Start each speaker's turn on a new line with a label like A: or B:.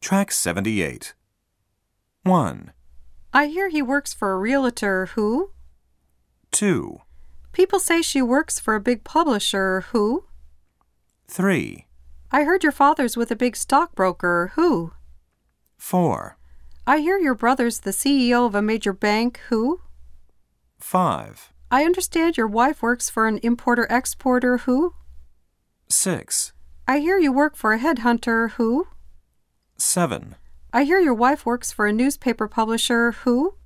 A: Track 78. 1,
B: I hear he works for a realtor who?
A: 2,
B: People say she works for a big publisher who?
A: 3,
B: I heard your father's with a big stockbroker who?
A: 4,
B: I hear your brother's the CEO of a major bank who?
A: 5,
B: I understand your wife works for an importer exporter who?
A: 6,
B: I hear you work for a headhunter who?
A: 7,
B: I hear your wife works for a newspaper publisher who?